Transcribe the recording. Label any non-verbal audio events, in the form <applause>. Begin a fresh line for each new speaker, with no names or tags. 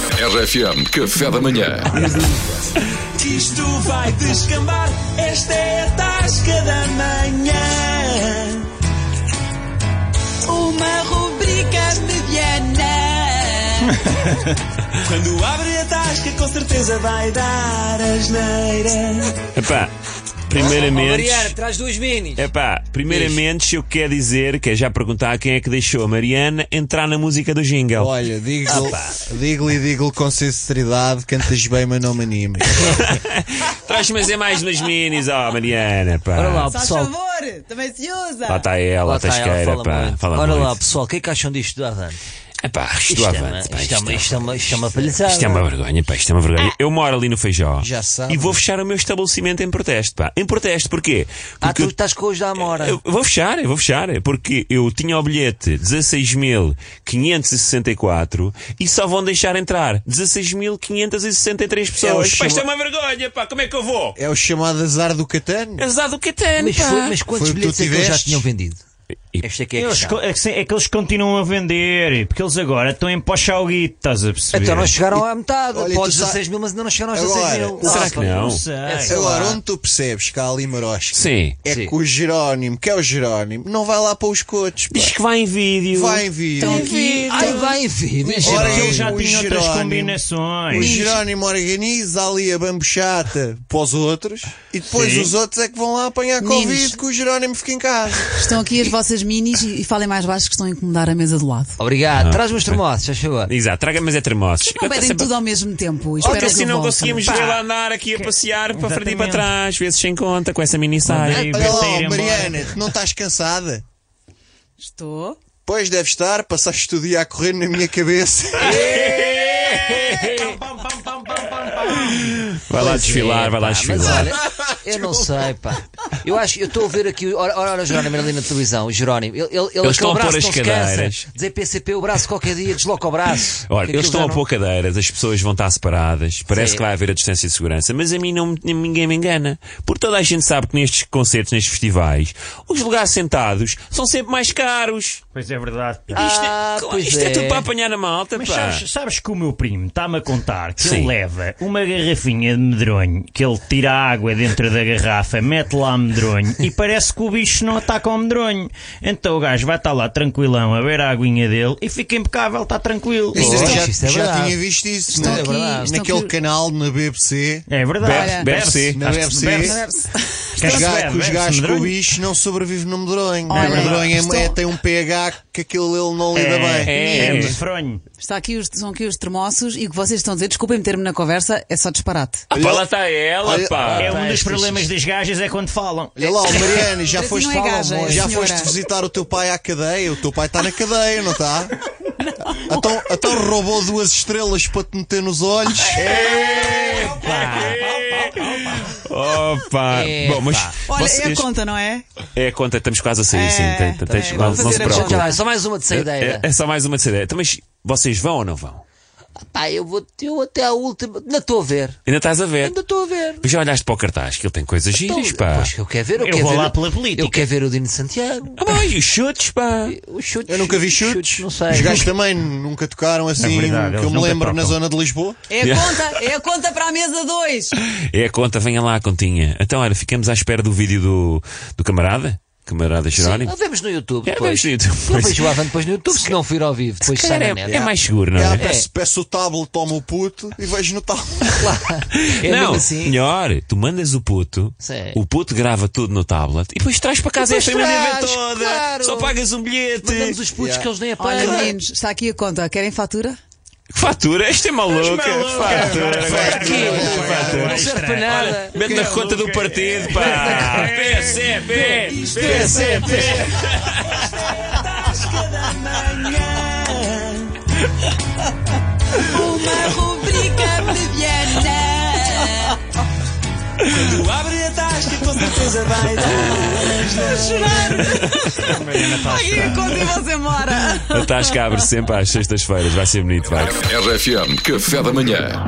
RFM, café da manhã.
Que isto vai descambar. Esta é a tasca da manhã.
Uma rubrica
<laughs>
mediana.
Quando abre a tasca, com certeza vai dar asneira.
Epá,
Ó,
primeiramente.
Mariana, traz duas minis.
Epá, primeiramente eu quero dizer que é já perguntar a quem é que deixou a Mariana entrar na música do jingle.
Olha, digo-lhe digo e digo-lhe com sinceridade, cantas bem, mas não me animes.
Traz-me a dizer mais umas minis, ó Mariana, pá.
Ora lá,
Só
pessoal.
favor, também se usa.
Lá está ela,
Lá
a
está ela,
tasqueira,
fala
pá.
muito.
Fala
Ora
muito.
lá, pessoal, o que é que acham disto do Avante?
Epá, isto,
Isto é uma-
avante, pá,
isto é uma-
isto
isto é uma- isto é uma Ah. palhaçada.
Isto é uma vergonha, pá, isto é uma vergonha. Eu moro ali no Feijó.
Já sabe.
E vou fechar o meu estabelecimento em protesto, pá. Em protesto, porquê?
Ah,
Porque
tu tá.
eu
estás com os da Amora.
Eu vou fechar, eu vou fechar, porque eu tinha o bilhete 16.564 e só vão deixar entrar 16.563 pessoas.
É o
Pá, isto é
chama-
uma vergonha, pá, como é que eu vou?
É o chamado azar do Catano.
Azar do é Catano,
Mas,
pá.
foi, mas quantos
Foi o que tu
bilhetes é que eles já
tiveste?
tinham vendido?
E-
Esta é que é a
Eles
questão.
co- é, que, se- é que eles continuam a vender, porque eles agora estão em poxa ao guito, estás a perceber?
Então não chegaram à metade.
Olha,
Podes
tu sa-
16 mil, mas ainda não chegaram aos
Agora,
16 mil.
será
Ah,
que
pá,
não?
sei.
É-
Agora,
lá.
onde tu percebes que há ali Marosca,
Sim.
é que o Jerónimo, que é o Jerónimo, não vai lá para os cotos. pá.
Diz que vai em vídeo.
Vai em vídeo.
Ai, vai em vídeo.
Ora,
Porque
eu-
eles já
o
tinham outras
Jerónimo- O
combinações.
Jerónimo organiza ali
<laughs>
a bambuchata para os outros e depois
Sim.
os outros é que vão lá apanhar
Meninos.
Covid que o Jerónimo fica em casa.
Estão aqui as vossas minis e, e falem mais baixo que estão a incomodar a mesa do lado.
Obrigado. Traz-me os termossos, faz favor.
Exato, traga mas é termossos.
Não pedem tudo ao mesmo tempo. Espero
Porque
que
assim
eu
não
volte.
conseguimos
Pá,
ver lá andar aqui a passear para frente e para
exatamente.
trás, vezes sem conta, com essa mini saia.
Mandei-
Olha lá,
Para ir
ó,
embora.
Mariana, tu não estás cansada?
Estou.
Pois deve estar, passaste o dia a correr na minha cabeça.
É
Vai lá desfilar, vai lá desfilar.
Olha, eu não sei, pá. Eu acho, eu estou a ver aqui, ora, ora, ora o Jerónimo ali na televisão, o Jerónimo, ele, ele, ele aquele
estão a pôr
braço
as
não se cansa.
cadeiras.
Dizer PCP, o braço qualquer dia, desloca o braço.
Olha,
Aquilo
eles estão
já
a
não-
pôr cadeiras, as pessoas vão estar separadas, parece
Sim.
que vai haver a distância de segurança, mas a mim não, ninguém me engana. Porque toda a gente sabe que nestes concertos, nestes festivais, os lugares sentados são sempre mais caros.
Pois é verdade. pá.
Isto,
Ah,
é,
pois
isto é.
é.
tudo para apanhar a malta,
Mas
pá.
sabes, sabes que o meu primo está-me a contar que
Sim.
ele leva uma garrafinha de medronho, que ele tira a água dentro da garrafa, mete lá medronho e parece que o bicho não ataca o medronho. Então o gajo vai estar lá tranquilão a ver a aguinha dele e fica impecável, está tranquilo.
Isto
Pois,
<laughs> já,
isto é
já
verdade. é
tinha visto isso
Estão
na-
aqui- estão
naquele
um
aqui-
canal na BBC.
É
Olha.
verdade.
Bebe-se.
Na
Acho que se
BBC.
bebe-se.
Que os
Quer-se
ga-
bebe,
que os
bebe-se
gajos com o
medronho.
bicho não sobrevivem no medronho.
Olha,
o medronho é-
estou-
é- tem um pH que aquilo ele não lida bem.
é.
é medronho.
Está aqui os, são aqui os termossos e o que vocês estão a dizer, desculpem meter-me na conversa, é só disparate.
Ah, pá, lá está ela,
Olha-
pá.
É um dos
isto-
problemas das gajas é quando falam.
Olha lá, o Mariano, já
Mas
foste
não é
falar,
gaja, é
já
senhora.
foste visitar o teu pai à cadeia. O teu pai está na cadeia, não está? Então, então roubou duas estrelas para te meter nos olhos.
Opa.
É,
Bom, mas.
pá.
Olha, é a
vocês-
conta, não é?
É a conta, estamos quase a sair,
É,
sim. tem- tem-
tá
tens-
bem,
não
vamos
não se
fazer a conta.
Já
preocupe.
vai, só mais uma de saída.
É, é só mais uma de saída. Então, mas vocês vão ou não vão? é.
Pá, eu vou eu até à última. Ainda estou a ver.
Ainda estás a ver.
Ainda estou a ver.
Já olhaste para o cartaz, que ele tem coisas giras,
Então,
pá.
Pois que eu quero ver, eu,
Eu
quero
vou
ver
lá
o-
pela política.
Eu quero ver o Dino Santiago.
Ah, bom, e os chutes, pá.
Os chutes,
Eu nunca vi
os
chutes.
Não
Os
sei.
gajos também nunca tocaram assim,
verdade,
que eu
eles
me
nunca
lembro, na
tocam.
zona de Lisboa.
É a conta, é a conta para a mesa 2.
É a conta, venha lá a continha. Então, olha, ficamos à espera do vídeo do, do camarada, camarada Jerónimo.
<laughs> Ah, vemos no YouTube.
É,
depois.
vemos no YouTube,
Eu
pois.
vejo o Avan depois no YouTube, se não for ao vivo. Depois sai
Cara,
na
é,
net.
é mais seguro, não
Ah,
é?
peço, peço o tablet, tomo o puto e vejo no tablet.
<laughs> É
não,
mesmo assim.
melhor, tu mandas o puto,
Sim.
o puto grava tudo no tablet e depois traz para casa e a
Depois
família vê
traz,
toda,
claro.
só pagas um bilhete.
Mandamos os putos que eles nem apanham.
Olha, meninos, está aqui a conta. Querem fatura?
Que fatura, isto é maluco.
Ah,
Fatura,
Fatura.
fatura.
Não serve para nada.
Mete na conta do partido, pá. PCP, PCP.
Tasca da manhã.
Uma rubrica mediana.
Quando abre a tasca, com certeza vai dar
Aqui a conta e você mora.
tá A Tasca abre sempre às sextas-feiras, vai ser bonito, vai.
RFM, café da manhã.